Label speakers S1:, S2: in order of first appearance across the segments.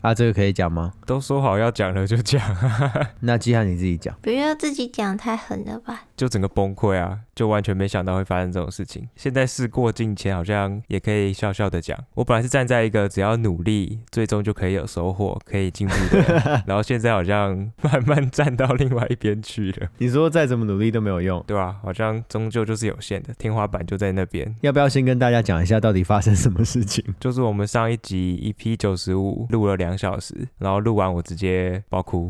S1: 啊，这个可以讲吗？
S2: 都说好要讲了就讲，
S1: 那季汉你自己讲。
S3: 不要自己讲太狠了吧？！
S2: 就整个崩溃啊，就完全没想到会发生这种事情。现在事过境迁，好像也可以笑笑的讲，我本来是站在一个只要努力，最终就可以有收获、可以进步的人，然后现在好像慢慢站到另外一边去了，
S1: 你说再怎么努力都没有用，
S2: 对吧、好像终究就是有限的，天花板就在那边。
S1: 要不要先跟大家讲一下到底发生什么事情？
S2: 就是我们上一集 EP 九十五录了两小时，然后录完我直接爆哭，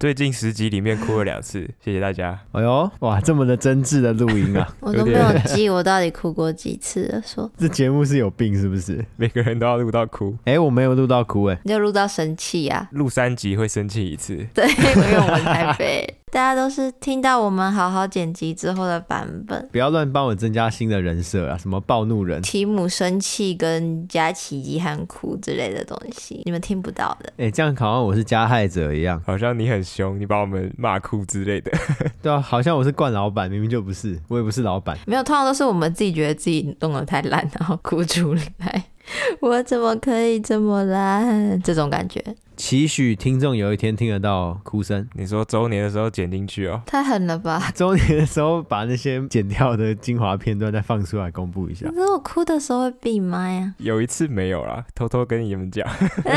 S2: 最近十集里面哭了两次，谢谢大家。
S1: 哎呦，哇，这么的真挚的录音 啊
S3: 我都没有记我到底哭过几次了，说
S1: 这节目是有病是不是？
S2: 每个人都要录到哭，
S1: 哎、我没有录到哭哎、
S3: 你就录到生气啊。
S2: 录三集会生气一次。
S3: 对，因为我们台北， 大家都是听到我们好好剪辑之后的版本。
S1: 不要乱帮我增加新的人设啊！什么暴怒人？
S3: 提姆生气跟佳琪遗憾哭之类的东西，你们听不到的。
S1: 哎、这样好像我是加害者一样。
S2: 好像你很凶，你把我们骂哭之类的。
S1: 对啊，好像我是惯老板，明明就不是，我也不是老板。
S3: 没有，通常都是我们自己觉得自己弄得太烂，然后哭出来。 我怎么可以这么烂？这种感觉，
S1: 期许听众有一天听得到哭声。
S2: 你说周年的时候剪进去哦，
S3: 太狠了 吧！
S1: 周年的时候把那些剪掉的精华片段再放出来公布一下
S3: 可。是我哭的时候会闭麦啊 呀、
S2: 有一次没有啦，偷偷跟你们讲，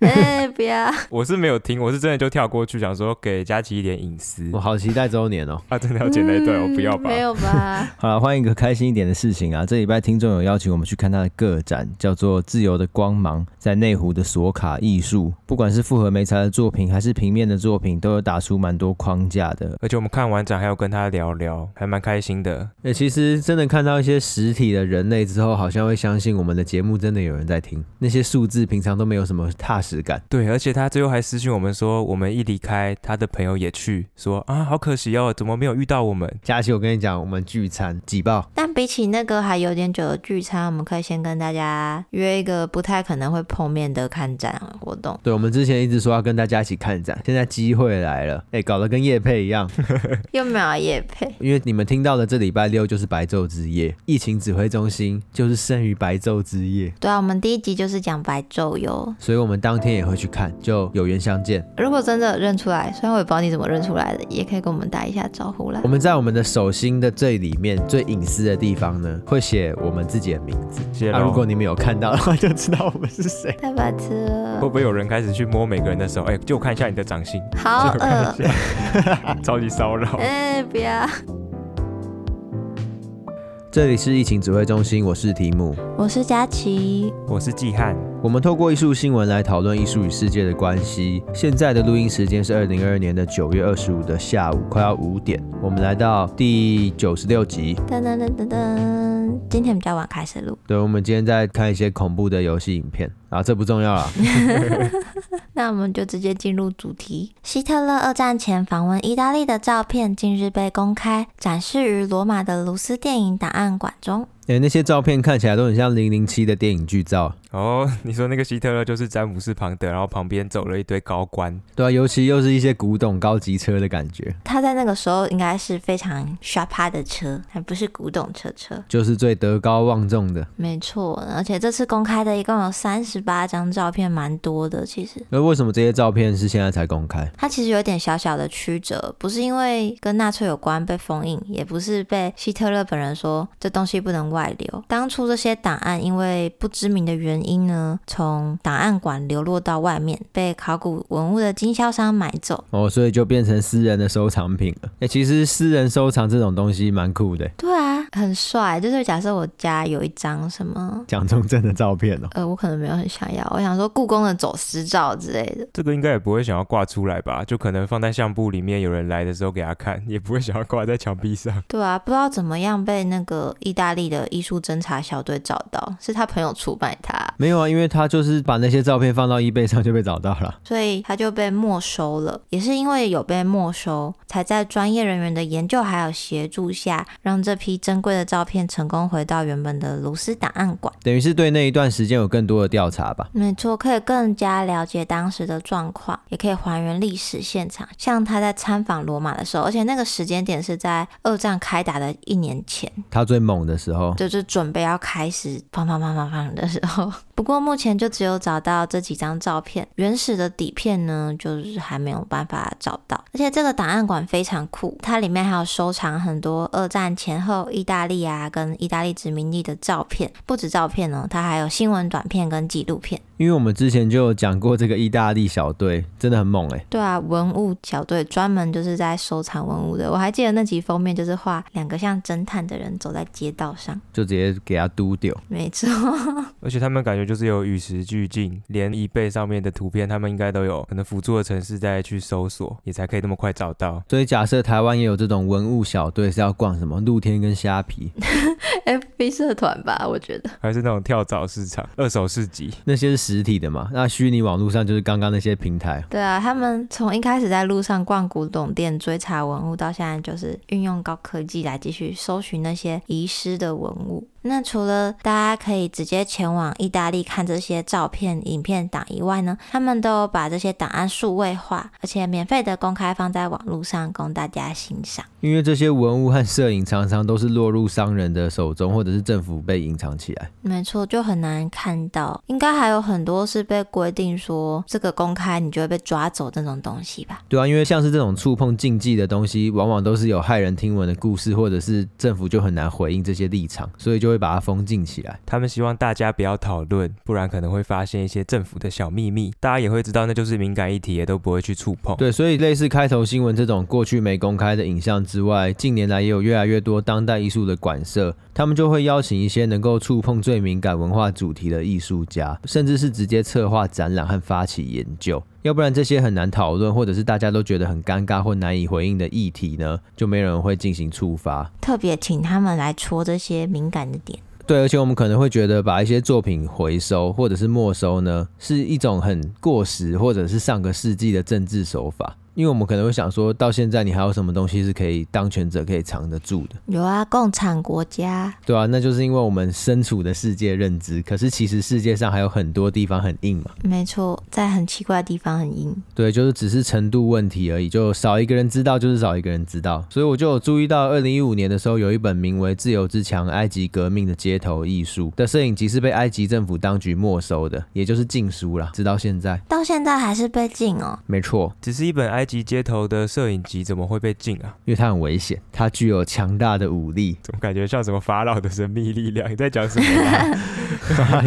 S3: 哎、不要！
S2: 我是没有听，我是真的就跳过去，想说给佳琪一点隐私
S1: 我。好期待周年哦！
S2: 啊，真的要剪那一段，我不要吧。
S3: 嗯没有吧？
S4: 好了，换一个开心一点的事情啊！这礼拜听众有邀请我们去看他的个展，叫做《自由的光芒》，在内湖的索卡艺术。不管是复合媒材的作品，还是平面的作品，都有打出蛮多框架的。
S2: 而且我们看完展还有跟他聊聊，还蛮开心的。
S1: 哎、其实真的看到一些实体的人类之后，好像会相信我们的节目真的有人在听。那些数字平常都没有什么踏实感。
S2: 对，而且他最后还私讯我们说，我们一离开，他的朋友也去，说啊，好可惜哦，怎么没有遇到我们？
S1: 佳琪，我跟你讲，我们聚餐挤爆，
S3: 但比起那个还有点久的聚餐，我们可以先跟大家约一个不太可能会碰面的看展活动。
S1: 对我们之前一直说要跟大家一起看展，现在机会来了，哎、搞得跟叶配一样，
S3: 又没有夜配，
S1: 因为你们听到的这礼拜六就是白昼之夜，疫情指挥中心就是生于白昼之夜，
S3: 对啊，我们第一集就是讲白昼哟。
S1: 所以我们当天也会去看，就有缘相见。
S3: 如果真的认出来，虽然我也不知道你怎么认出来的，也可以跟我们打一下招呼啦
S1: 我。们在我们的手心的最里面、最隐私的地方呢，会写我们自己的名字。
S2: 谢谢
S1: 那、
S2: 咯
S1: 啊如果你们有看到的话，就知道我们是谁。
S3: 太白痴
S2: 会不
S3: 了，
S2: 会有人开始去摸每个人的手？哎、就看一下你的掌心，
S3: 好 饿。
S2: 超级骚扰。
S3: 哎、不要！
S1: 这里是疫情指挥中心，我是提姆。
S3: 我是佳琪，
S2: 我是季汉，
S1: 我们透过艺术新闻来讨论艺术与世界的关系。现在的录音时间是二零二二年的九月二十五的下午，快要五点。我们来到第九十六集。
S3: 噔噔噔噔噔，今天比较晚开始录，
S1: 对，我们今天在看一些恐怖的游戏影片，啊，这不重要啦。
S3: 那我们就直接进入主题。希特勒二战前访问意大利的照片近日被公开，展示于罗马的卢斯电影档案馆中。
S1: 哎、那些照片看起来都很像零零七的电影剧照。
S2: 哦，你说那个希特勒就是詹姆斯庞德，然后旁边走了一堆高官，
S1: 对啊，尤其又是一些古董高级车的感觉，
S3: 他在那个时候应该是非常 s h a p a 的车，还不是古董车车。
S1: 就是最德高望重的。
S3: 没错，而且这次公开的一共有三十八张照片，蛮多的。其实
S1: 那为什么这些照片是现在才公开？
S3: 它其实有点小小的曲折，不是因为跟纳粹有关被封印，也不是被希特勒本人说这东西不能外流。当初这些档案因为不知名的原因呢，从档案馆流落到外面，被考古文物的经销商买走。
S1: 哦，所以就变成私人的收藏品了。哎、其实私人收藏这种东西蛮酷的，
S3: 对啊，很帅。就是假设我家有一张什么。
S1: 蒋中正的照片哦。
S3: 呃，我可能没有很想要，我想说故宫的走私照之类的，
S2: 这个应该也不会想要挂出来吧？就可能放在相簿里面，有人来的时候给他看，也不会想要挂在墙壁上。
S3: 对啊，不知道怎么样被那个意大利的艺术侦查小队找到，是他朋友出卖他，
S1: 没有啊，因为他就是把那些照片放到 eBay 上就被找到了。
S3: 所以他就被没收了。也是因为有被没收，才在专业人员的研究还有协助下，让这批珍贵的照片成功回到原本的卢斯档案馆。
S1: 等于是对那一段时间有更多的调查吧。
S3: 没错，可以更加了解当时的状况，也可以还原历史现场。像他在参访罗马的时候，而且那个时间点是在二战开打的一年前。
S1: 他最猛的时候，
S3: 就是准备要开始砰砰砰砰砰的时候， 不过目前就只有找到这几张照片，原始的底片呢，就是还没有办法找到。而且这个档案馆非常酷，它里面还有收藏很多二战前后意大利啊跟意大利殖民地的照片，不止照片哦，它还有新闻短片跟纪录片。
S1: 因为我们之前就有讲过这个意大利小队，真的很猛哎、
S3: 对啊，文物小队专门就是在收藏文物的。我还记得那集封面就是画两个像侦探的人走在街道上，
S1: 就直接给他嘟丢。
S3: 没 错。
S2: 而且他们感觉就是有与时俱进，连椅背上面的图片，他们应该都有可能辅助的城市再去搜索，也才可以那么快找到。
S1: 所以假设台湾也有这种文物小队，是要逛什么露天跟虾皮，
S3: FB 社团吧，我觉得。
S2: 还是那种跳蚤市场、二手市集，
S1: 那些是实体的嘛？那虚拟网络上就是刚刚那些平台。
S3: 对啊，他们从一开始在路上逛古董店追查文物，到现在就是运用高科技来继续搜寻那些遗失的文物。那除了大家可以直接前往意大利看这些照片、影片档以外呢，他们都有把这些档案数位化，而且免费的公开放在网络上供大家欣赏。
S1: 因为这些文物和摄影常常都是落入商人的手中，或者是政府被隐藏起来。
S3: 没错，就很难看到，应该还有很多是被规定说这个公开你就会被抓走那种东西吧。
S1: 对啊，因为像是这种触碰禁忌的东西，往往都是有骇人听闻的故事，或者是政府就很难回应这些立场，所以就会把它封禁起来。
S2: 他们希望大家不要讨论，不然可能会发现一些政府的小秘密，大家也会知道那就是敏感议题，也都不会去触碰。
S1: 对，所以类似开头新闻这种过去没公开的影像之外，近年来也有越来越多当代艺术的馆舍，他们就会邀请一些能够触碰最敏感文化主题的艺术家，甚至是直接策划展览和发起研究。要不然这些很难讨论，或者是大家都觉得很尴尬或难以回应的议题呢，就没有人会进行触发。
S3: 特别请他们来戳这些敏感的点。
S1: 对，而且我们可能会觉得把一些作品回收或者是没收呢，是一种很过时或者是上个世纪的政治手法，因为我们可能会想说，到现在你还有什么东西是可以当权者可以藏得住的，
S3: 有啊，共产国家，
S1: 对啊，那就是因为我们身处的世界认知，可是其实世界上还有很多地方很硬嘛，
S3: 没错，在很奇怪的地方很阴。
S1: 对，就是只是程度问题而已，就少一个人知道就是少一个人知道，所以我就有注意到，二零一五年的时候有一本名为《自由之墙：埃及革命的街头艺术》的摄影集是被埃及政府当局没收的，也就是禁书啦，直到现在。
S3: 到现在还是被禁哦，
S1: 没错，
S2: 只是一本埃及街头的摄影集，怎么会被禁啊？
S1: 因为它很危险，它具有强大的武力。
S2: 怎么感觉像什么法老的神秘力量？你在讲什么、啊？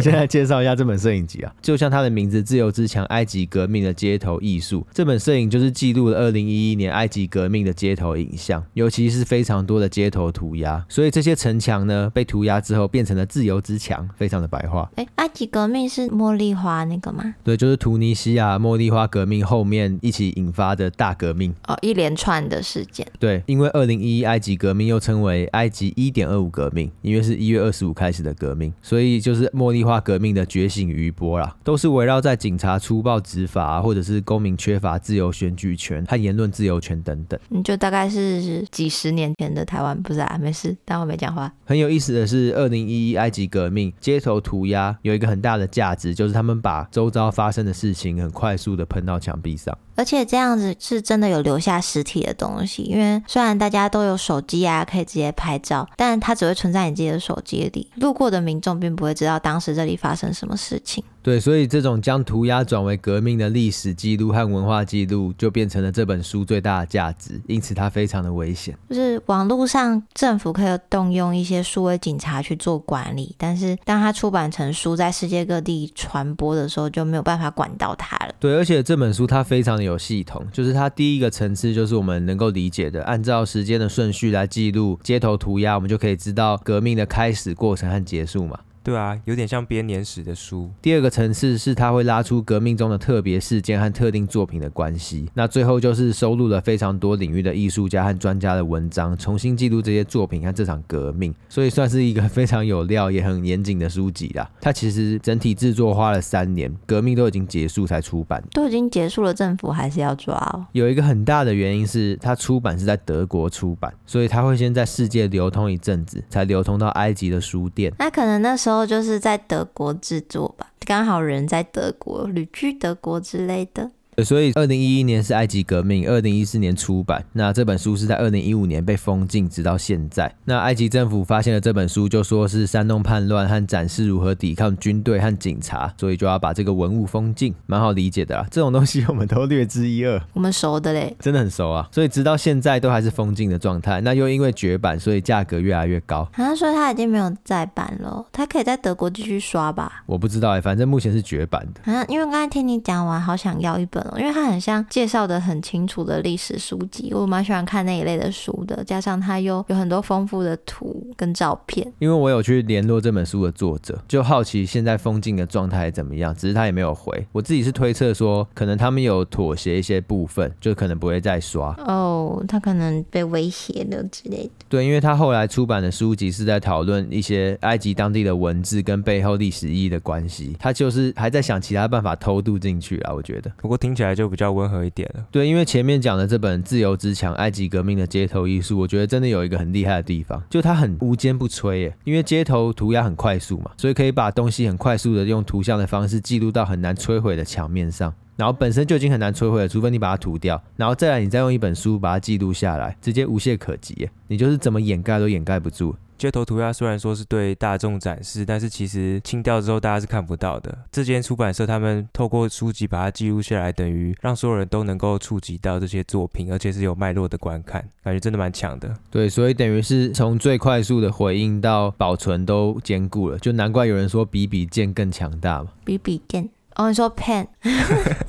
S1: 现在介绍一下这本摄影集啊，就像它的名字《自由之墙：埃及革命的街头艺术》，这本摄影就是记录了二零一一年埃及革命的街头影像，尤其是非常多的街头涂鸦，所以这些城墙呢被涂鸦之后变成了自由之墙，非常的白话。
S3: 哎，埃及革命是茉莉花那个吗？
S1: 对，就是突尼西亚茉莉花革命后面一起引发的大革命。
S3: 哦，一连串的事件，
S1: 对，因为二零一一埃及革命又称为埃及一点二五革命，因为是一月二十五开始的革命，所以就是茉莉花革命的觉醒余波啦，都是围绕在警察粗暴执法、啊，或者是公民缺乏自由选举权和言论自由权等等。
S3: 嗯，就大概是几十年前的台湾，不是啊？没事，当我没讲话。
S1: 很有意思的是，二零一一埃及革命街头涂鸦有一个很大的价值，就是他们把周遭发生的事情很快速的喷到墙壁上。
S3: 而且这样子是真的有留下实体的东西，因为虽然大家都有手机啊，可以直接拍照，但它只会存在你自己的手机里。路过的民众并不会知道当时这里发生什么事情。
S1: 对，所以这种将涂鸦转为革命的历史记录和文化记录，就变成了这本书最大的价值，因此它非常的危险。
S3: 就是网络上政府可以动用一些数位警察去做管理，但是当它出版成书在世界各地传播的时候，就没有办法管到它了。
S1: 对，而且这本书它非常的有系统，就是它第一个层次就是我们能够理解的，按照时间的顺序来记录街头涂鸦，我们就可以知道革命的开始、过程和结束嘛。
S2: 对啊，有点像编年史的书。
S1: 第二个层次是它会拉出革命中的特别事件和特定作品的关系。那最后就是收录了非常多领域的艺术家和专家的文章，重新记录这些作品和这场革命，所以算是一个非常有料也很严谨的书籍啦。它其实整体制作花了三年，革命都已经结束才出版。
S3: 都已经结束了，政府还是要抓哦。
S1: 有一个很大的原因是它出版是在德国出版，所以它会先在世界流通一阵子，才流通到埃及的书店。
S3: 那可能那时候就是在德国制作吧，刚好人在德国旅居德国之类的。
S1: 对对，所以二零一一年是埃及革命，二零一四年出版。那这本书是在二零一五年被封禁，直到现在。那埃及政府发现了这本书，就说是煽动叛乱和展示如何抵抗军队和警察，所以就要把这个文物封禁，蛮好理解的啦。这种东西我 们都略知一二。
S3: 我们熟的嘞。
S1: 真的很熟啊，所以直到现在都还是封禁的状态。那又因为绝版，所以价格越来越高。
S3: 啊，所以他已经没有再版了，他可以在德国继续刷吧？
S1: 我不知道哎、反正目前是绝版的。
S3: 啊，因为刚才听你讲完，好想要一本哦，因为它很像介绍的很清楚的历史书籍，我蛮喜欢看那一类的书的，加上它又有很多丰富的图跟照片。
S1: 因为我有去联络这本书的作者，就好奇现在封禁的状态怎么样，只是他也没有回。我自己是推测说，可能他们有妥协一些部分，就可能不会再刷。
S3: 哦，他可能被威胁了之类的。
S1: 对，因为他后来出版的书籍是在讨论一些埃及当地的文字跟背后历史意义的关系，他就是还在想其他办法偷渡进去啊，我觉得。
S2: 不过听起来就比较温和一点了。
S1: 对，因为前面讲的这本《自由之墙：埃及革命的街头艺术》，我觉得真的有一个很厉害的地方，就它很无坚不摧耶。因为街头涂鸦很快速嘛，所以可以把东西很快速的用图像的方式记录到很难摧毁的墙面上。然后本身就已经很难摧毁了，除非你把它涂掉，然后再来你再用一本书把它记录下来，直接无懈可击耶。你就是怎么掩盖都掩盖不住。
S2: 街头涂鸦虽然说是对大众展示，但是其实清掉之后大家是看不到的。这间出版社他们透过书籍把它记录下来，等于让所有人都能够触及到这些作品，而且是有脉络的观看，感觉真的蛮强的。
S1: 对，所以等于是从最快速的回应到保存都兼顾了，就难怪有人说比比剑更强大嘛。
S3: 比比剑。哦，你说 pen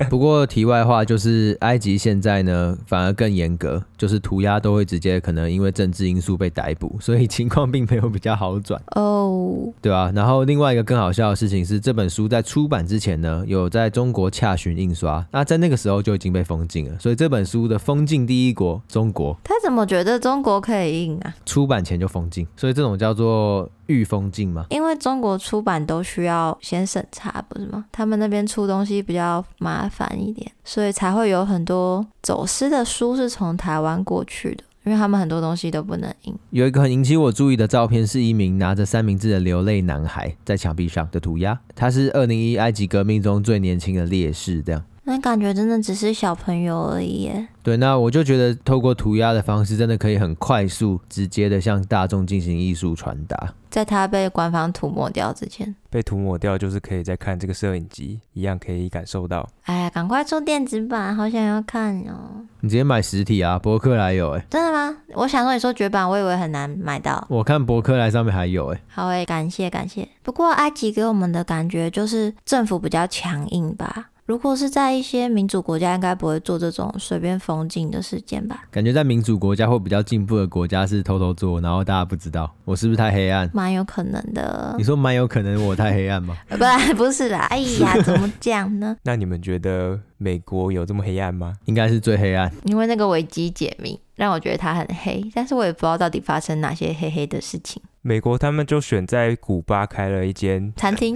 S1: 不过题外话就是，埃及现在呢反而更严格，就是涂鸦都会直接可能因为政治因素被逮捕， 所以情况并没有比较好转，
S3: 哦，
S1: 对吧、然后另外一个更好笑的事情是，这本书在出版之前呢，有在中国洽询印刷，那在那个时候就已经被封禁了，所以这本书的封禁第一国中国
S3: 他怎么觉得中国可以印啊？
S1: 出版前就封禁，所以这种叫做预封禁嘛。
S3: 因为中国出版都需要先审查，不是吗？他们那边出东西比较麻烦一点，所以才会有很多走私的书是从台湾过去的，因为他们很多东西都不能印。
S1: 有一个很引起我注意的照片，是一名拿着三明治的流泪男孩在墙壁上的涂鸦。他是二零一埃及革命中最年轻的烈士，这样。
S3: 那感觉真的只是小朋友而已耶。
S1: 对，那我就觉得透过涂鸦的方式，真的可以很快速、直接的向大众进行艺术传达。
S3: 在他被官方涂抹掉之前，
S2: 被涂抹掉就是可以再看这个摄影机，一样可以感受到。
S3: 哎呀，赶快出电子版，好想要看哦！
S1: 你直接买实体啊，博客来有哎、
S3: 真的吗？我想说你说绝版，我以为很难买到。
S1: 我看博客来上面还有哎、
S3: 好诶，感谢感谢。不过埃及给我们的感觉就是政府比较强硬吧。如果是在一些民主国家，应该不会做这种随便封禁的事件吧？
S1: 感觉在民主国家或比较进步的国家是偷偷做，然后大家不知道。我是不是太黑暗？
S3: 蛮有可能的
S1: 你，说蛮有可能我太黑暗吗？
S3: 呃不， 不是啦，哎呀，怎么讲呢？
S2: 那你们觉得美国有这么黑暗吗？
S1: 应该是最黑暗。
S3: 因为那个维基解密让我觉得它很黑，但是我也不知道到底发生哪些黑黑的事情。
S2: 美国他们就选在古巴开了一间，
S3: 餐 厅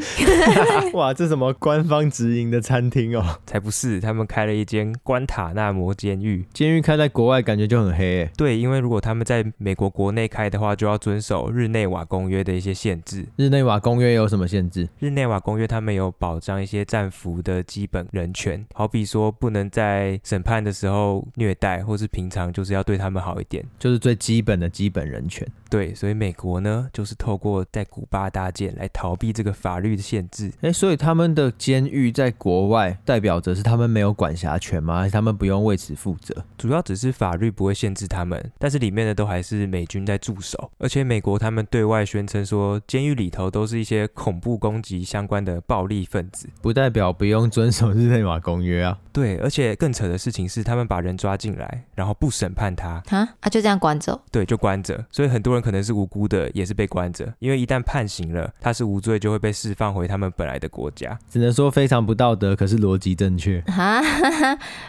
S1: 哇，这什么官方直营的餐厅哦？
S2: 才不是，他们开了一间关塔那摩监狱。
S1: 监狱开在国外，感觉就很黑欸诶、
S2: 对，因为如果他们在美国国内开的话，就要遵守日内瓦公约的一些限制。
S1: 日内瓦公约有什么限制？
S2: 日内瓦公约他们有保障一些战俘的基本人权，好比说不能在审判的时候虐待，或是平常就是要对他们好一点。
S1: 就是最基本的基本人权。
S2: 对，所以美国呢，就是透过在古巴搭建来逃避这个法律的限制。
S1: 诶，所以他们的监狱在国外代表着是他们没有管辖权吗？还是他们不用为此负责？
S2: 主要只是法律不会限制他们，但是里面的都还是美军在驻守，而且美国他们对外宣称说，监狱里头都是一些恐怖攻击相关的暴力分子。
S1: 不代表不用遵守日内瓦公约啊。
S2: 对，而且更扯的事情是，他们把人抓进来，然后不审判他，
S3: 啊啊，就这样关 走。
S2: 对，就关着。所以很多人可能是无辜的，也是被关着，因为一旦判刑了，他是无罪，就会被释放回他们本来的国家。
S1: 只能说非常不道德，可是逻辑正确。
S3: 啊，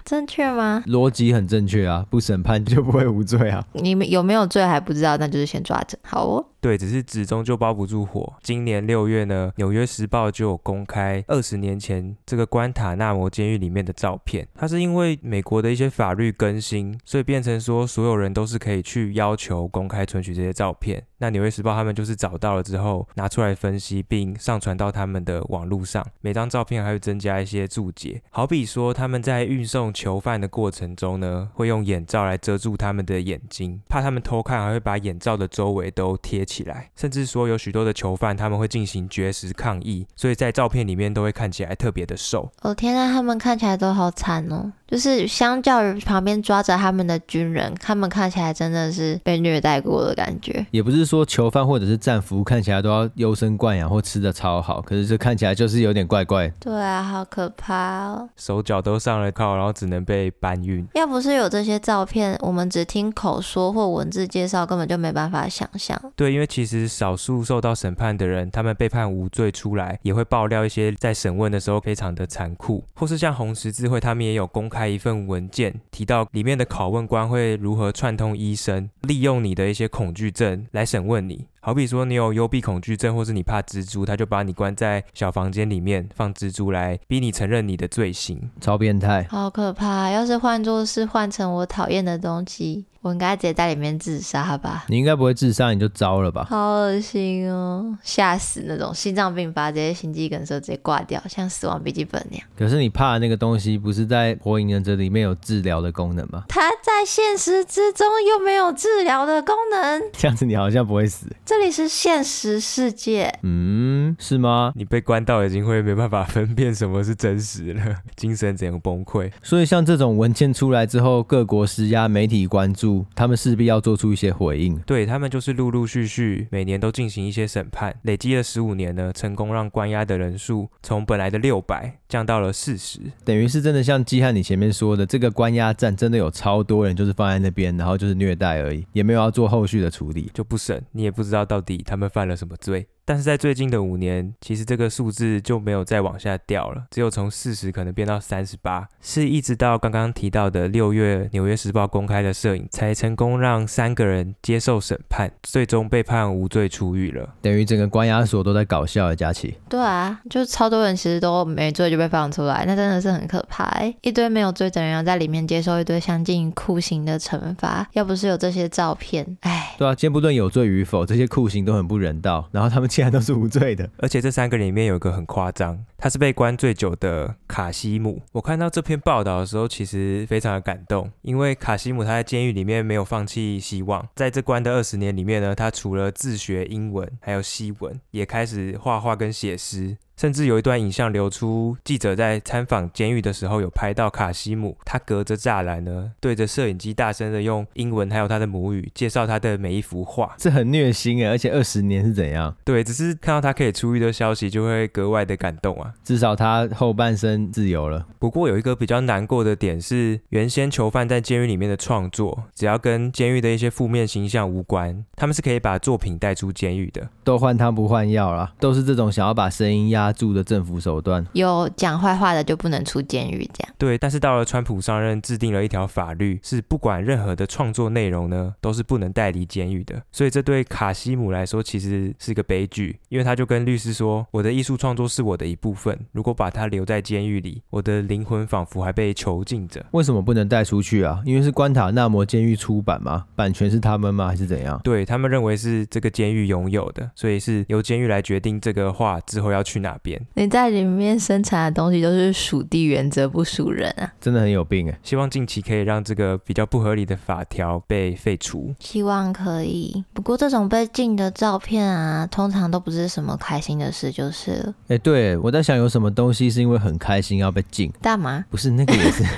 S3: 正确吗？
S1: 逻辑很正确啊，不审判就不会无罪啊。
S3: 你们有没有罪还不知道，那就是先抓着。好哦，
S2: 对，只是纸中就包不住火。今年六月呢，《纽约时报》就有公开二十年前这个关塔那摩监狱里面的照片。它是因为美国的一些法律更新，所以变成说所有人都是可以去要求公开存取这些照片。那《纽约时报》他们就是找到了之后拿出来分析，并上传到他们的网络上。每张照片还会增加一些注解，好比说他们在运送囚犯的过程中呢，会用眼罩来遮住他们的眼睛，怕他们偷看，还会把眼罩的周围都贴起来。甚至说有许多的囚犯他们会进行绝食抗议，所以在照片里面都会看起来特别的瘦。
S3: 哦天啊，他们看起来都好惨哦！就是相较于旁边抓着他们的军人，他们看起来真的是被虐待过的感觉。
S1: 也不是说囚犯或者是战俘看起来都要优生惯养或吃的超好，可是这看起来就是有点怪怪。
S3: 对啊，好可怕哦！
S2: 手脚都上了铐，然后只能被搬运。
S3: 要不是有这些照片，我们只听口说或文字介绍，根本就没办法想象。
S2: 对，因为其实少数受到审判的人，他们被判无罪出来，也会爆料一些在审问的时候非常的残酷，或是像红十字会，他们也有公开一份文件，提到里面的拷问官会如何串通医生，利用你的一些恐惧症来审问你。好比说你有幽闭恐惧症，或是你怕蜘蛛，他就把你关在小房间里面放蜘蛛来逼你承认你的罪行。
S1: 超变态。
S3: 好可怕！要是换作是换成我讨厌的东西，我应该直接在里面自杀吧。
S1: 你应该不会自杀，你就糟了吧？
S3: 好恶心哦，吓死那种心脏病发，直接心肌梗塞，直接挂掉，像《死亡笔记本》那样。
S1: 可是你怕的那个东西，不是在《火影忍者》里面有治疗的功能吗？
S3: 它在现实之中又没有治疗的功能，
S1: 这样子你好像不会死。
S3: 这里是现实世界。
S1: 嗯，是吗？
S2: 你被关到已经会没办法 分辨什么是真实了，精神整个崩溃。
S1: 所以像这种文件出来之后，各国施压，媒体关注，他们势必要做出一些回应。
S2: 对他们就是陆陆续续每年都进行一些审判，累积了十五年呢，成功让关押的人数从本来的六百降到了四十。
S1: 等于是真的像基汉你前面说的，这个关押站真的有超多人，就是放在那边，然后就是虐待而已，也没有要做后续的处理。
S2: 就不审，你也不知道到底他们犯了什么罪。但是在最近的五年，其实这个数字就没有再往下掉了，只有从四十可能变到三十八，是一直到刚刚提到的六月《纽约时报》公开的摄影，才成功让三个人接受审判，最终被判无罪出狱了。
S1: 等于整个关押所都在搞笑，佳琪。
S3: 对啊，就超多人其实都没罪就被放出来，那真的是很可怕、欸。一堆没有罪的人要在里面接受一堆相近于酷刑的惩罚，要不是有这些照片，哎，
S1: 对啊，先不论有罪与否，这些酷刑都很不人道，然后他们竟然都是无罪的。
S2: 而且这三个人里面有一个很夸张，他是被关最久的卡西姆。我看到这篇报道的时候，其实非常的感动，因为卡西姆他在监狱里面没有放弃希望，在这关的二十年里面呢，他除了自学英文，还有西文，也开始画画跟写诗。甚至有一段影像流出，记者在参访监狱的时候有拍到卡西姆，他隔着栅栏呢，对着摄影机大声的用英文还有他的母语介绍他的每一幅画。
S1: 这很虐心哎，而且二十年是怎样？
S2: 对，只是看到他可以出狱的消息，就会格外的感动啊。
S1: 至少他后半生自由了。
S2: 不过有一个比较难过的点是，原先囚犯在监狱里面的创作，只要跟监狱的一些负面形象无关，他们是可以把作品带出监狱的。
S1: 都换汤不换药啦，都是这种想要把声音压住的政府手段。
S3: 有讲坏话的就不能出监狱这样。
S2: 对，但是到了川普上任，制定了一条法律，是不管任何的创作内容呢，都是不能带离监狱的。所以这对卡西姆来说其实是个悲剧，因为他就跟律师说：“我的艺术创作是我的一部分，如果把它留在监狱里，我的灵魂仿佛还被囚禁着。”
S1: 为什么不能带出去啊？因为是关塔那摩监狱出版吗？版权是他们吗？还是怎样？
S2: 对他们认为是这个监狱拥有的，所以是由监狱来决定这个画之后要去哪边。
S3: 你在里面生产的东西都是属地原则，不属人啊。
S1: 真的很有病哎、
S2: 希望近期可以让这个比较不合理的法条被废除。
S3: 希望可以。不过这种被禁的照片啊，通常都不是什么开心的事，就是了
S1: 哎、对我在想有什么东西是因为很开心要被禁，
S3: 大麻。
S1: 不是那个也是。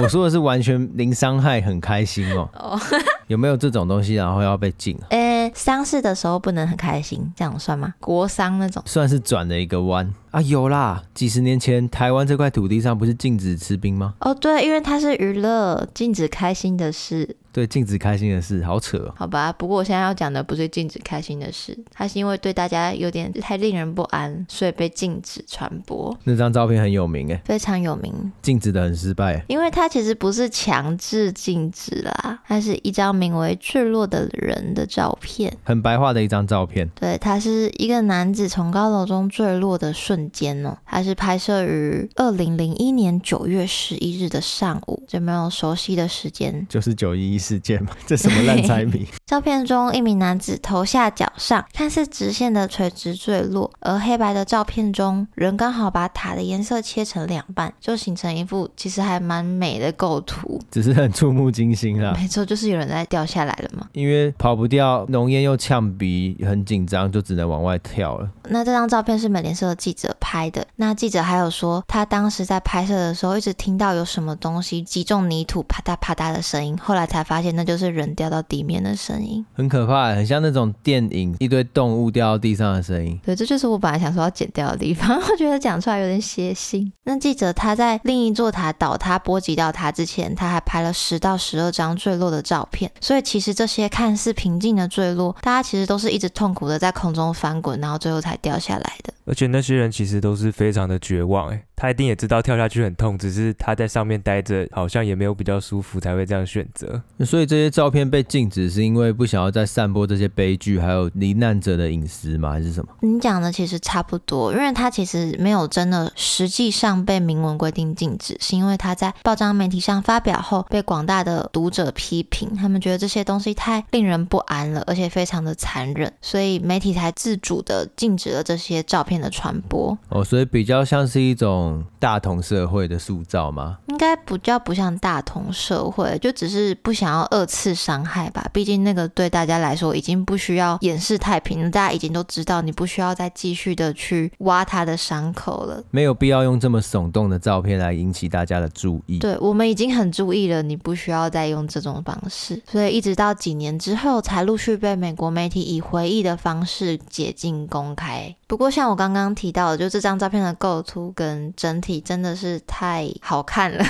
S1: 我说的是完全零伤害，很开心哦。
S3: 哦，
S1: 有没有这种东西，然后要被禁啊？
S3: 呃，丧事的时候不能很开心，这样算吗？国丧那种。
S1: 算是转了一个弯啊，有啦！几十年前台湾这块土地上不是禁止吃冰吗？
S3: 哦，对，因为它是娱乐，禁止开心的事，
S1: 对，禁止开心的事，好扯、哦。
S3: 好吧。不过我现在要讲的不是禁止开心的事，它是因为对大家有点太令人不安，所以被禁止传播，
S1: 那张照片很有名哎，
S3: 非常有名。
S1: 禁止的很失败诶。
S3: 因为它其实不是强制禁止啦，它是一张名为《坠落的人》的哦照片。
S1: 很白话的一张照片，
S3: 对，它是一个男子从高楼中坠落的瞬瞬间哦，它是拍摄于二零零一年九月十一日的上午，有没有熟悉的时间？
S1: 就是九一一事件嘛， 这什么烂猜谜？
S3: 照片中，一名男子头下脚上，看似直线的垂直坠落，而黑白的照片中，人刚好把塔的颜色切成两半，就形成一幅其实还蛮美的构图。
S1: 只是很触目惊心啦。
S3: 没错，就是有人在掉下来了嘛。
S1: 因为跑不掉，浓烟又呛鼻，很紧张，就只能往外跳了。
S3: 那这张照片是美联社的记者拍的。那记者还有说，他当时在拍摄的时候，一直听到有什么东西击中泥土啪嗒啪嗒的声音，后来才发现那就是人掉到地面的声音。
S1: 很可怕，欸很像那种电影一堆动物掉到地上的声音。
S3: 对，这就是我本来想说要剪掉的地方， 我觉得讲出来有点血腥。那记者他在另一座塔倒塌波及到他之前，他还拍了十到十二张坠落的照片。所以其实这些看似平静的坠落，大家其实都是一直痛苦的在空中翻滚，然后最后才掉下来的。
S2: 而且那些人其实都是非常的绝望，哎，他一定也知道跳下去很痛，只是他在上面待着好像也没有比较舒服，才会这样选择。
S1: 所以这些照片被禁止，是因为不想要再散播这些悲剧，还有罹难者的隐私吗？还是什么？
S3: 你讲的其实差不多，因为它其实没有真的实际上被明文规定禁止，是因为它在报章媒体上发表后被广大的读者批评，他们觉得这些东西太令人不安了，而且非常的残忍，所以媒体才自主的禁止了这些照片的传播。
S1: 哦，所以比较像是一种大同社会的塑造吗？
S3: 应该比较不像大同社会，就只是不想要二次伤害吧。毕竟那个对大家来说已经不需要掩饰太平，大家已经都知道，你不需要再继续的去挖他的伤口了。
S1: 没有必要用这么耸动的照片来引起大家的注意。
S3: 对我们已经很注意了，你不需要再用这种方式。所以一直到几年之后，才陆续被美国媒体以回忆的方式解禁公开。不过像我刚刚提到的，就这张照片的构图跟整体真的是太好看了。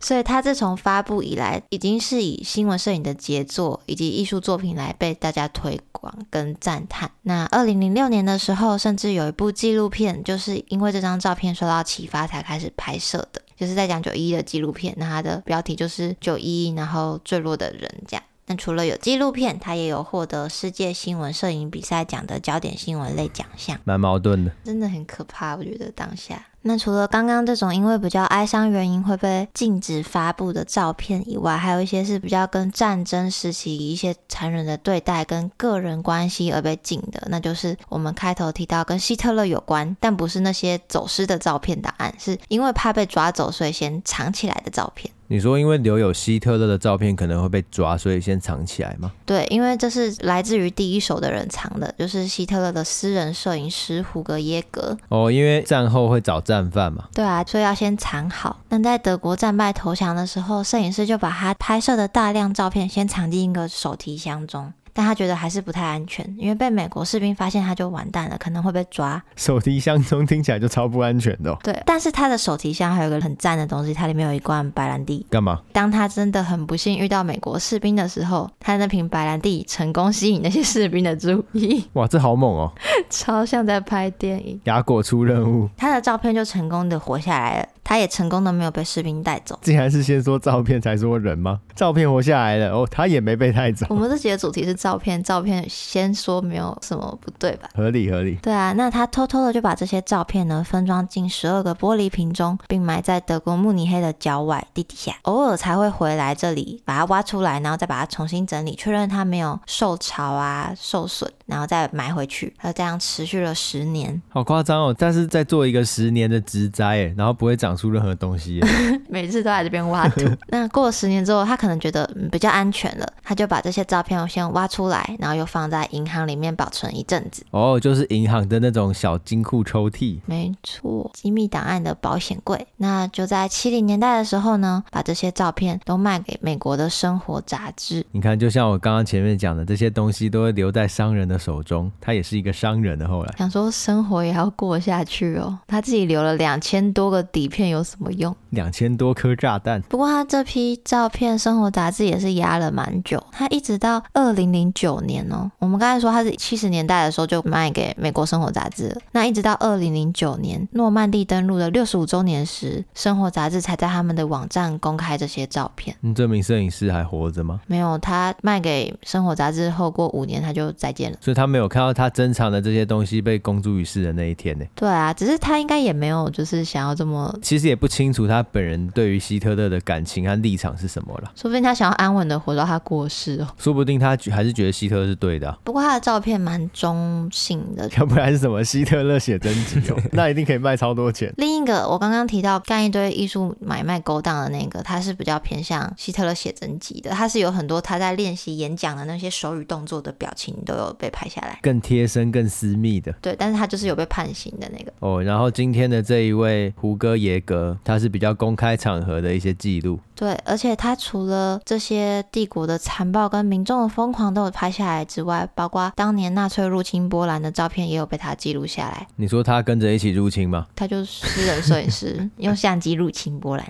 S3: 所以它自从发布以来，已经是以新闻摄影的杰作以及艺术作品来被大家推广跟赞叹。那二零零六年的时候，甚至有一部纪录片，就是因为这张照片受到启发才开始拍摄的，就是在讲九一的纪录片。那它的标题就是“九一，然后坠落的人”这样。那除了有纪录片，它也有获得世界新闻摄影比赛奖的焦点新闻类奖项。
S1: 蛮矛盾的，
S3: 真的很可怕，我觉得当下。那除了刚刚这种因为比较哀伤原因会被禁止发布的照片以外，还有一些是比较跟战争时期一些残忍的对待跟个人关系而被禁的，那就是我们开头提到跟希特勒有关，但不是那些走失的照片档案，是因为怕被抓走，所以先藏起来的照片。
S1: 你说因为留有希特勒的照片可能会被抓，所以先藏起来吗？
S3: 对，因为这是来自于第一手的人藏的，就是希特勒的私人摄影师胡格耶格。
S1: 哦，因为战后会找战犯嘛。
S3: 对啊，所以要先藏好。那在德国战败投降的时候，摄影师就把他拍摄的大量照片先藏进一个手提箱中，但他觉得还是不太安全，因为被美国士兵发现他就完蛋了，可能会被抓。
S1: 手提箱中听起来就超不安全的、哦，
S3: 对，但是他的手提箱还有一个很赞的东西，它里面有一罐白兰地。
S1: 干嘛？
S3: 当他真的很不幸遇到美国士兵的时候，他那瓶白兰地成功吸引那些士兵的注意，
S1: 哇，这好猛哦！
S3: 超像在拍电影。
S1: 雅果出任务，
S3: 他的照片就成功的活下来了，他也成功的没有被士兵带走。
S1: 竟然是先说照片才说人吗？照片活下来了，哦，他也没被带走
S3: 我，们这集的主题是照片，照片先说没有什么不对吧？
S1: 合理合理。
S3: 对啊，那他偷偷的就把这些照片呢分装进十二个玻璃瓶中，并埋在德国慕尼黑的郊外地底下，偶尔才会回来这里把它挖出来，然后再把它重新整理，确认它没有受潮啊、受损，然后再埋回去。他这样持续了十年，
S1: 好夸张哦！但是在做一个十年的植栽，哎，然后不会长出任何东西 耶，
S3: 每次都来这边挖 土。那过了十年之后，他可能觉得、嗯比较安全了，他就把这些照片先挖出来，然后又放在银行里面保存一阵子。
S1: 哦，就是银行的那种小金库抽屉，
S3: 没错，机密档案的保险柜。那就在七零年代的时候呢，把这些照片都卖给美国的生活杂志。
S1: 你看，就像我刚刚前面讲的，这些东西都会留在商人的手中，他也是一个商人的。后来，
S3: 想说生活也要过下去哦，他自己留了两千多个底片有什么用？
S1: 两千多颗炸弹，
S3: 不过他这批照片生活杂志也是压了蛮久，他一直到二零零九年哦。我们刚才说他是七十年代的时候就卖给美国生活杂志了，那一直到二零零九年诺曼底登陆的六十五周年时，生活杂志才在他们的网站公开这些照片。
S1: 嗯，这名摄影师还活着吗？
S3: 没有，他卖给生活杂志后过五年他就再见了。
S1: 所以他没有看到他珍藏的这些东西被公诸于世的那一天呢。
S3: 对啊，只是他应该也没有就是想要这么，
S1: 其实也不清楚他本人对于希特勒的感情和立场是什么了，
S3: 说不定他想要安稳的活到他过世哦。
S1: 说不定他觉还是觉得希特勒是对的啊、
S3: 不过他的照片蛮中性的。
S1: 要不然是什么希特勒写真集哦， 那一定可以卖超多钱。
S3: 另一个，我刚刚提到干一堆艺术买卖勾当的那个，他是比较偏向希特勒写真集的，他是有很多他在练习演讲的那些手语动作的表情都有被拍下来。
S1: 更贴身、更私密的
S3: 对，但是他就是有被判刑的那个。
S1: 哦。然后今天的这一位胡歌耶格，他是比较公开场合的一些记录，
S3: 对，而且他除了这些帝国的残暴跟民众的疯狂都有拍下来之外，包括当年纳粹入侵波兰的照片也有被他记录下来。
S1: 你说他跟着一起入侵吗？
S3: 他就是私人摄影师，用相机入侵波兰。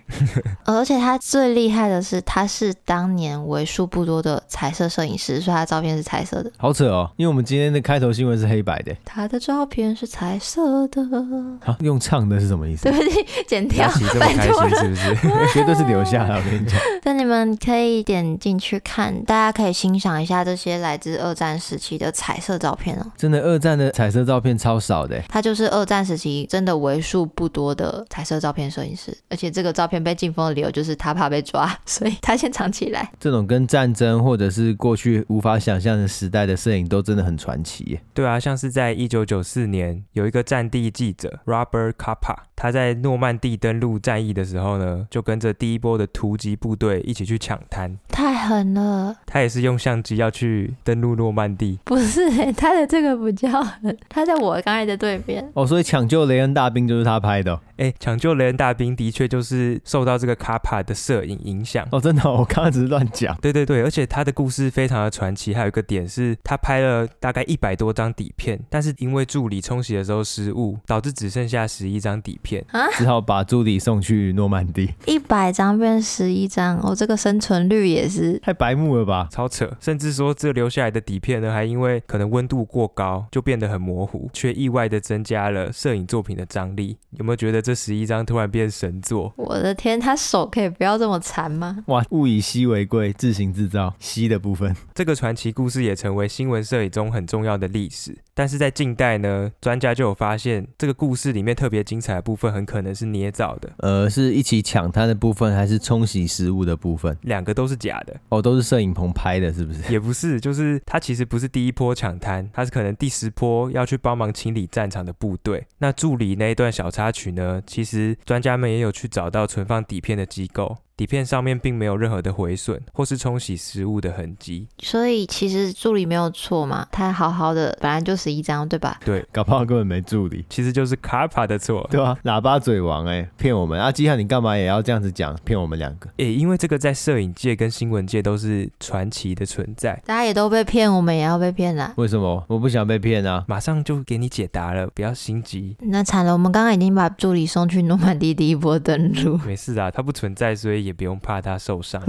S3: 而且他最厉害的是，他是当年为数不多的彩色摄影师，所以他的照片是彩色的。
S1: 好扯哦，因为我们今天的开头新闻是黑白的，
S3: 他的照片是彩色的，
S1: 啊，用唱的是什么意思
S3: 对？不起，剪 掉
S2: 雅琪，这么
S3: 拜
S2: 开
S3: 托
S2: 心
S3: 了。
S2: 是不是？
S1: 绝对是留下了，我跟你讲。
S3: 但你们可以点进去看，大家可以欣赏一下这些来自二战时期的彩色照片哦。
S1: 真的，二战的彩色照片超少的，
S3: 他就是二战时期真的为数不多的彩色照片摄影师，而且这个照片被禁封的理由就是他怕被抓， 所以他先藏起来。
S1: 这种跟战争或者是过去无法想象的时代的摄影都真的很传奇耶。
S2: 对啊，像是在一九九四年，有一个战地记者 Robert Capa，他在诺曼底登陆战役的时候呢，就跟着第一波的突击部队一起去抢滩。
S3: 太狠了，
S2: 他也是用相机要去登陆诺曼底，
S3: 不是、欸、 他的这个不叫狠，他在我刚才的对面。
S1: 哦，所以抢救雷恩大兵就是他拍的哦，
S2: 哎，抢救雷恩大兵的确就是受到这个卡帕的摄影影响。
S1: 哦真的哦、我刚刚只是乱讲。
S2: 对对对，而且他的故事非常的传奇，还有一个点是他拍了大概一百多张底片，但是因为助理冲洗的时候失误，导致只剩下十一张底片。
S1: 只好把朱迪送去诺曼底，
S3: 一百张变十一张，哦，这个生存率也是。
S1: 太白目了吧？
S2: 超扯，甚至说这留下来的底片呢，还因为可能温度过高，就变得很模糊，却意外的增加了摄影作品的张力。有没有觉得这十一张突然变神作？
S3: 我的天，他手可以不要这么残吗？
S1: 哇，物以稀为贵，自行制造稀的部分。
S2: 这个传奇故事也成为新闻摄影中很重要的历史。但是在近代呢，专家就有发现，这个故事里面特别精彩的部分，很可能是捏造的，
S1: 呃，是一起抢滩的部分，还是冲洗食物的部分？
S2: 两个都是假的，
S1: 哦，都是摄影棚拍的，是不是？
S2: 也不是，就是他其实不是第一波抢滩，他是可能第十波要去帮忙清理战场的部队。那助理那一段小插曲呢，其实专家们也有去找到存放底片的机构，底片上面并没有任何的毁损或是冲洗食物的痕迹。
S3: 所以其实助理没有错嘛，他好好的，本来就十一张，对吧？
S1: 搞不好根本没助理。
S2: 其实就是卡帕的错，
S1: 对啊，喇叭嘴王哎、骗我们！阿基汉，你干嘛也要这样子讲，骗我们两个？
S2: 诶，因为这个在摄影界跟新闻界都是传奇的存在。
S3: 大家也都被骗，我们也要被骗啦。
S1: 为什么？我不想被骗啊！
S2: 马上就给你解答了，不要心急。
S3: 那惨了，我们刚刚已经把助理送去诺曼底第一波登陆。
S2: 没事啊，它不存在，所以也不用怕它受伤。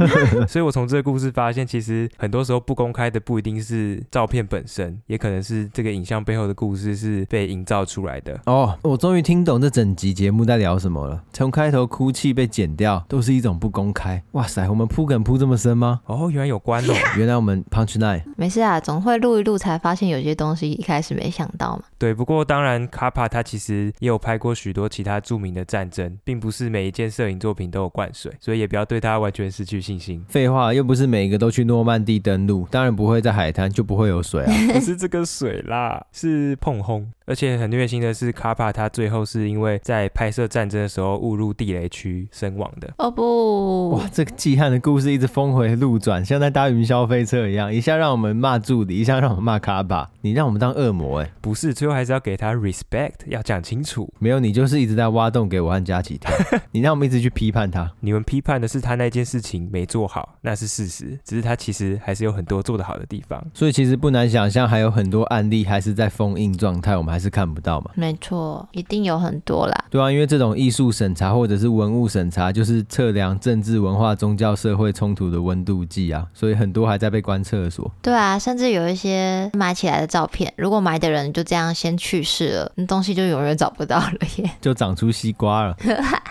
S2: 所以我从这个故事发现，其实很多时候不公开的不一定是照片本身，也可能是这个影像背后的故事是被营造出来的。
S1: 哦，我终于听懂这整集节目在聊什么了。从开头哭泣被剪掉，都是一种不公开。哇塞，我们铺梗铺这么深吗？
S2: 哦，原来有关哦。
S1: 原来我们 punch line。
S3: 没事啊，总会录一录才发现有些东西一开始没想到嘛。
S2: 对，不过当然，卡帕他其实也有拍过许多其他著名的战争，并不是每一件摄影作品都有灌水，所以也不要对他完全失去信心
S1: 废话，又不是每一个都去诺曼底登陆，当然不会在海滩，就不会有水啊。
S2: 不是这个水啦，是碰轰。而且很虐心的是，卡帕他最后是因为在拍摄战争的时候误入地雷区身亡的。
S3: 哦不
S1: 哇，，这个季汉的故事一直峰回路转，像在搭云霄飞车一样，一下让我们骂助理，一下让我们骂卡巴，你让我们当恶魔哎、
S2: 不是，最后还是要给他 respect，要讲清楚。
S1: 没有你就是一直在挖洞给我和佳琪跳， 你让我们一直去批判他。
S2: 你们批判的是他那件事情没做好，那是事实，只是他其实还是有很多做得好的地方。
S1: 所以其实不难想象，还有很多案例还是在封印状态，我们还还是看不到嘛。
S3: 没错，一定有很多啦。
S1: 对啊，因为这种艺术审查或者是文物审查，就是测量政治、文化、宗教、社会冲突的温度计啊，所以很多还在被关厕所。
S3: 对啊，甚至有一些买起来的照片，如果买的人就这样先去世了，那东西就永远找不到了 耶。
S1: 就长出西瓜了。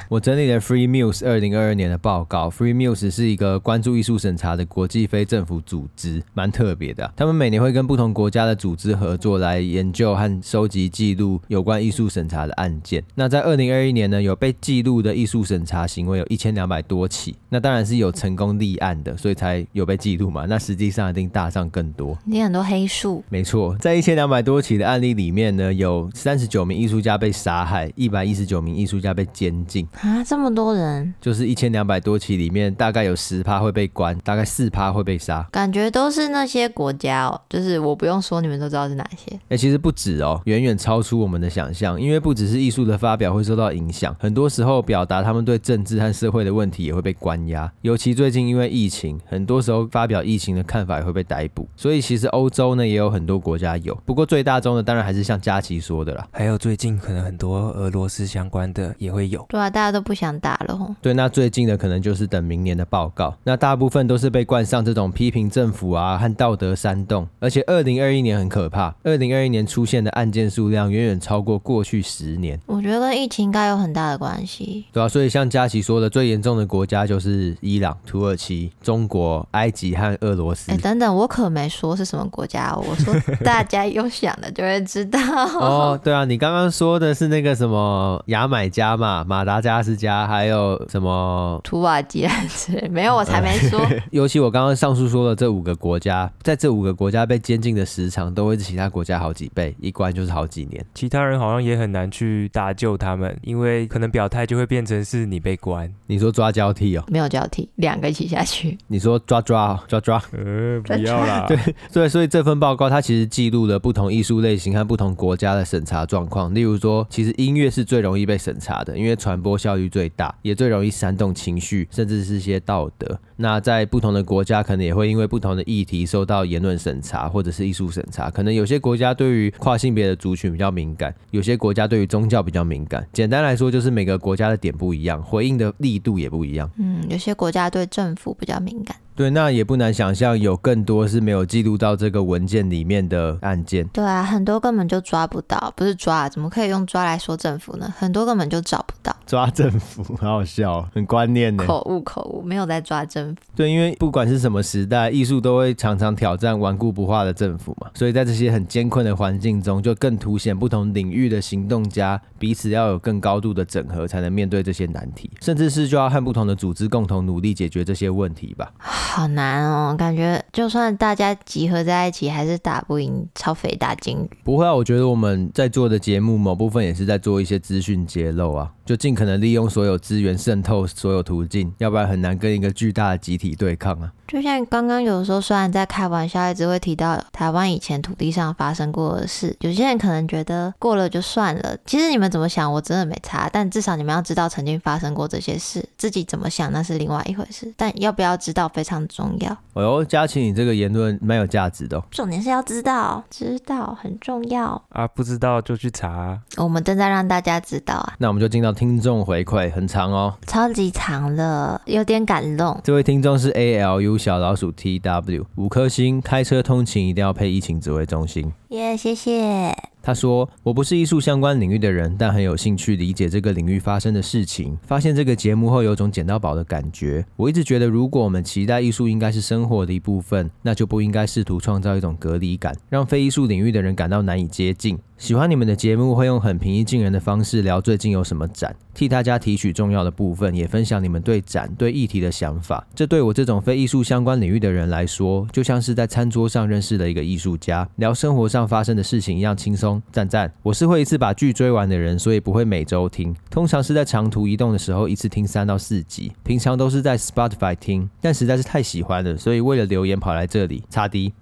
S1: 我整理了 Free Muse 二零二二年的报告。Free Muse 是一个关注艺术审查的国际非政府组织，蛮特别的啊、他们每年会跟不同国家的组织合作，来研究和收集记录有关艺术审查的案件。那在二零二一年呢，有被记录的艺术审查行为有一千两百多起。那当然是有成功立案的，所以才有被记录嘛。那实际上一定大上更多。
S3: 你很多黑数，
S1: 没错，在一千两百多起的案例里面呢，有三十九名艺术家被杀害，一百一十九名艺术家被监禁。
S3: 啊，这么多人，
S1: 就是一千两百多起里面，大概有十趴会被关，大概四趴会被杀。
S3: 感觉都是那些国家哦，就是我不用说，你们都知道是哪些。
S1: 哎、其实不止哦，远远超出我们的想象，因为不只是艺术的发表会受到影响，很多时候表达他们对政治和社会的问题也会被关押。尤其最近因为疫情，很多时候发表疫情的看法也会被逮捕。所以其实欧洲呢也有很多国家有，不过最大宗的当然还是像佳琪说的啦，
S2: 还有最近可能很多俄罗斯相关的也会有。
S3: 对啊，大家都不想打了吼。
S1: 对，那最近的可能就是等明年的报告。那大部分都是被冠上这种批评政府啊和道德煽动，而且二零二一年很可怕，二零二一年出现的案件数量远远超过过去十年。
S3: 我觉得跟疫情应该有很大的关系。
S1: 对啊，所以像佳琪说的，最严重的国家就是伊朗、土耳其、中国、埃及和俄罗斯
S3: 哎，。等等，我可没说是什么国家哦，我说大家有想的就会知道。
S1: 哦，对啊，你刚刚说的是那个什么牙买加嘛、马达加斯加，还有什么
S3: 土瓦基兰之类，没有，我才没说。
S1: 尤其我刚刚上述说的这五个国家，在这五个国家被监禁的时长都会是其他国家好几倍，一关就是好几年。
S2: 其他人好像也很难去搭救他们，因为可能表态就会变成是你被关。
S1: 你说抓交替哦？
S3: 没有交替，两个一起下去。
S1: 你说抓抓哦抓抓？
S2: 呃，不要啦。对，
S1: 对，所以这份报告它其实记录了不同艺术类型和不同国家的审查状况。例如说，其实音乐是最容易被审查的，因为传播效率最大，也最容易煽动情绪，甚至是一些道德。那在不同的国家，可能也会因为不同的议题受到言论审查或者是艺术审查。可能有些国家对于跨性别的族群比较敏感，有些国家对于宗教比较敏感。简单来说，就是每个国家的点不一样，回应的力度也不一样。
S3: 嗯，有些国家对政府比较敏感。
S1: 对，那也不难想象，有更多是没有记录到这个文件里面的案件。
S3: 对啊，很多根本就抓不到，不是抓，啊怎么可以用抓来说政府呢？很多根本就找不到，
S1: 抓政府， 好好笑哦，很观念呢。
S3: 口误口误，没有在抓政府。
S1: 对，因为不管是什么时代，艺术都会常常挑战顽固不化的政府嘛，所以在这些很艰困的环境中，就更凸显不同领域的行动家彼此要有更高度的整合，才能面对这些难题，甚至是就要和不同的组织共同努力解决这些问题吧。
S3: 好难哦，感觉就算大家集合在一起，还是打不赢超肥大金鱼。
S1: 不会啊，我觉得我们在做的节目某部分也是在做一些资讯揭露啊，就尽可能利用所有资源渗透所有途径，要不然很难跟一个巨大的集体对抗啊。
S3: 就像刚刚有时候虽然在开玩笑，一直会提到台湾以前土地上发生过的事，有些人可能觉得过了就算了。其实你们怎么想，我真的没差，但至少你们要知道曾经发生过这些事，自己怎么想那是另外一回事，但要不要知道非常重要。
S1: 哎呦，佳琪，你这个言论蛮有价值的、哦。
S3: 重点是要知道，知道很重要。
S2: 啊，不知道就去查啊。
S3: 我们正在让大家知道啊，
S1: 那我们就进到听众回馈，很长哦。
S3: 超级长了，有点感动。
S1: 这位听众是 A L U 小老鼠 T W 五颗星，开车通勤一定要配疫情指挥中心。
S3: 耶、谢谢。
S1: 他说：“我不是艺术相关领域的人，但很有兴趣理解这个领域发生的事情。发现这个节目后，有种捡到宝的感觉。我一直觉得，如果我们期待艺术应该是生活的一部分，那就不应该试图创造一种隔离感，让非艺术领域的人感到难以接近。喜欢你们的节目，会用很平易近人的方式聊最近有什么展，替大家提取重要的部分，也分享你们对展、对议题的想法。这对我这种非艺术相关领域的人来说，就像是在餐桌上认识的一个艺术家，聊生活上发生的事情一样轻松。赞赞！我是会一次把剧追完的人，所以不会每周听，通常是在长途移动的时候一次听三到四集，平常都是在 Spotify 听，但实在是太喜欢了，所以为了留言跑来这里。擦滴。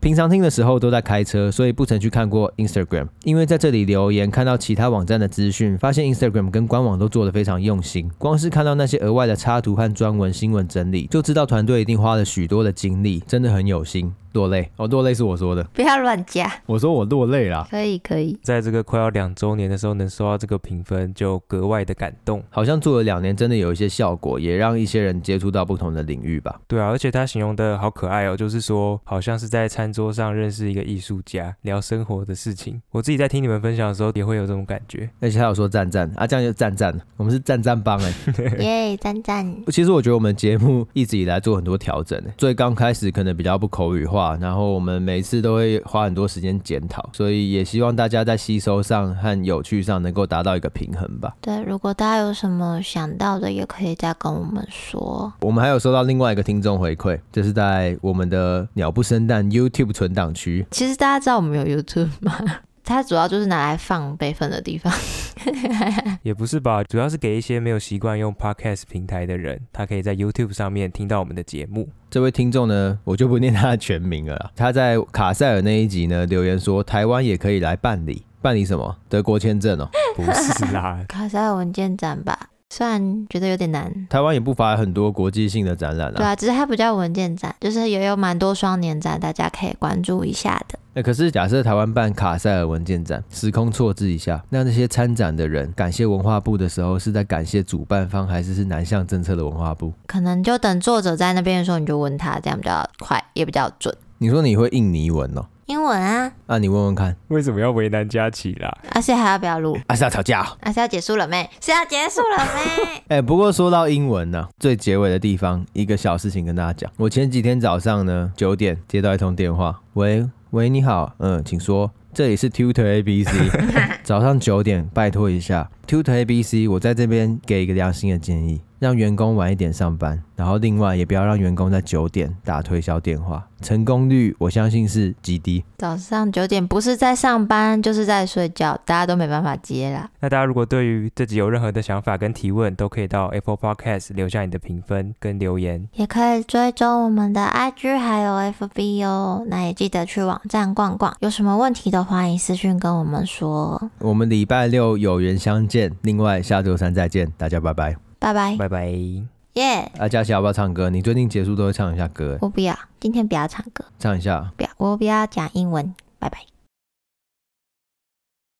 S1: 平常听的时候都在开车，所以不曾去看过 Instagram。因为在这里留言看到其他网站的资讯，发现 Instagram 跟官网都做得非常用心。光是看到那些额外的插图和专文、新闻整理，就知道团队一定花了许多的精力，真的很有心。落泪哦，落泪是我说的，
S3: 不要乱加，
S1: 我说我落泪啦，
S3: 可以可以。
S2: 在这个快要两周年的时候，能收到这个评分，就格外的感动。
S1: 好像做了两年，真的有一些效果，也让一些人接触到不同的领域吧。
S2: 对啊，而且他形容的好可爱哦，就是说好像是在餐桌上认识一个艺术家，聊生活的事情。我自己在听你们分享的时候，也会有这种感觉。
S1: 而且他有说赞赞啊，这样就赞赞，我们是赞赞帮哎、
S3: 耶，赞赞，
S1: 其实我觉得我们节目一直以来做很多调整， 最刚开始可能比较不口语化，然后我们每次都会花很多时间检讨，所以也希望大家在吸收上和有趣上能够达到一个平衡吧。
S3: 对，如果大家有什么想到的，也可以再跟我们说。
S1: 我们还有收到另外一个听众回馈，这是在我们的鸟不生蛋 YouTube 存档区，
S3: 其实大家知道我们有 YouTube 吗？ 它主要就是拿来放备份的地方。，
S2: 也不是吧，主要是给一些没有习惯用 podcast 平台的人，他可以在 YouTube 上面听到我们的节目。
S1: 这位听众呢，我就不念他的全名了啦。他在卡塞尔那一集呢留言说，台湾也可以来办理，办理什么？德国签证哦。
S2: 不是啦
S3: 卡塞尔文件展吧，虽然觉得有点难。
S1: 台湾也不乏很多国际性的展览
S3: 对啊，只是它不叫文件展，就是也有蛮多双年展，大家可以关注一下的。
S1: 那、可是假设台湾办卡塞尔文件展，时空错置一下，那那些参展的人感谢文化部的时候，是在感谢主办方，还是是南向政策的文化部？
S3: 可能就等作者在那边的时候，你就问他，这样比较快，也比较准。
S1: 你说你会印尼文哦？
S3: 英文啊，
S1: 那、你问问看，
S2: 为什么要为难佳琪啦？
S3: 而且还要不要录？
S1: 啊是要吵架、哦？
S3: 啊，是要结束了没？是要结束了没？
S1: 哎、不过说到英文呢、最结尾的地方，一个小事情跟大家讲。我前几天早上呢，九点接到一通电话，喂喂，你好，嗯，请说，这里是 Tutor ABC，早上九点，拜托一下，Tutor ABC，我在这边给一个良心的建议，让员工晚一点上班，然后另外也不要让员工在九点打推销电话，成功率我相信是极低。
S3: 早上九点不是在上班，就是在睡觉，大家都没办法接啦。
S2: 那大家如果对于这集有任何的想法跟提问，都可以到 Apple Podcast 留下你的评分跟留言。
S3: 也可以追踪我们的 IG 还有 FB 哦。那也记得去网站逛逛，有什么问题的欢迎私讯跟我们说。
S1: 我们礼拜六有缘相见，另外下周三再见，大家拜拜。
S3: 拜拜，
S2: 拜拜。
S3: 耶！
S1: 啊，佳琪要不要唱歌？你最近结束都会唱一下歌，欸
S3: 我不要，今天不要唱歌，
S1: 唱一下。
S3: 不要，我不要讲英文，拜拜。